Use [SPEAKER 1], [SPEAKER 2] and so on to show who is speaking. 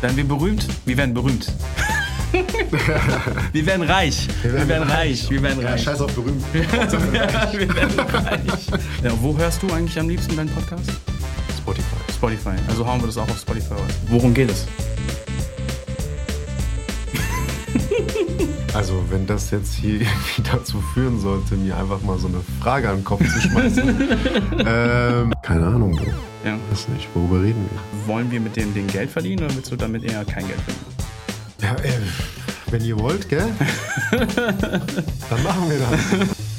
[SPEAKER 1] Werden wir berühmt? Wir werden berühmt. wir werden reich. Wir werden, reich. Wir werden
[SPEAKER 2] Ja,
[SPEAKER 1] reich.
[SPEAKER 2] scheiß auf berühmt.
[SPEAKER 1] wir werden reich. Ja, wo hörst du eigentlich am liebsten deinen Podcast?
[SPEAKER 2] Spotify.
[SPEAKER 1] Spotify. Also hauen wir das auch auf Spotify raus. Worum geht es?
[SPEAKER 2] Also, wenn das jetzt hier irgendwie dazu führen sollte, mir einfach mal so eine Frage an den Kopf zu schmeißen. ähm, keine Ahnung, Bro.
[SPEAKER 1] Ja.
[SPEAKER 2] Weiß nicht, worüber reden wir?
[SPEAKER 1] Wollen wir mit dem Ding Geld verdienen oder willst du damit eher kein Geld verdienen?
[SPEAKER 2] Ja, äh, wenn ihr wollt, gell? Dann machen wir das.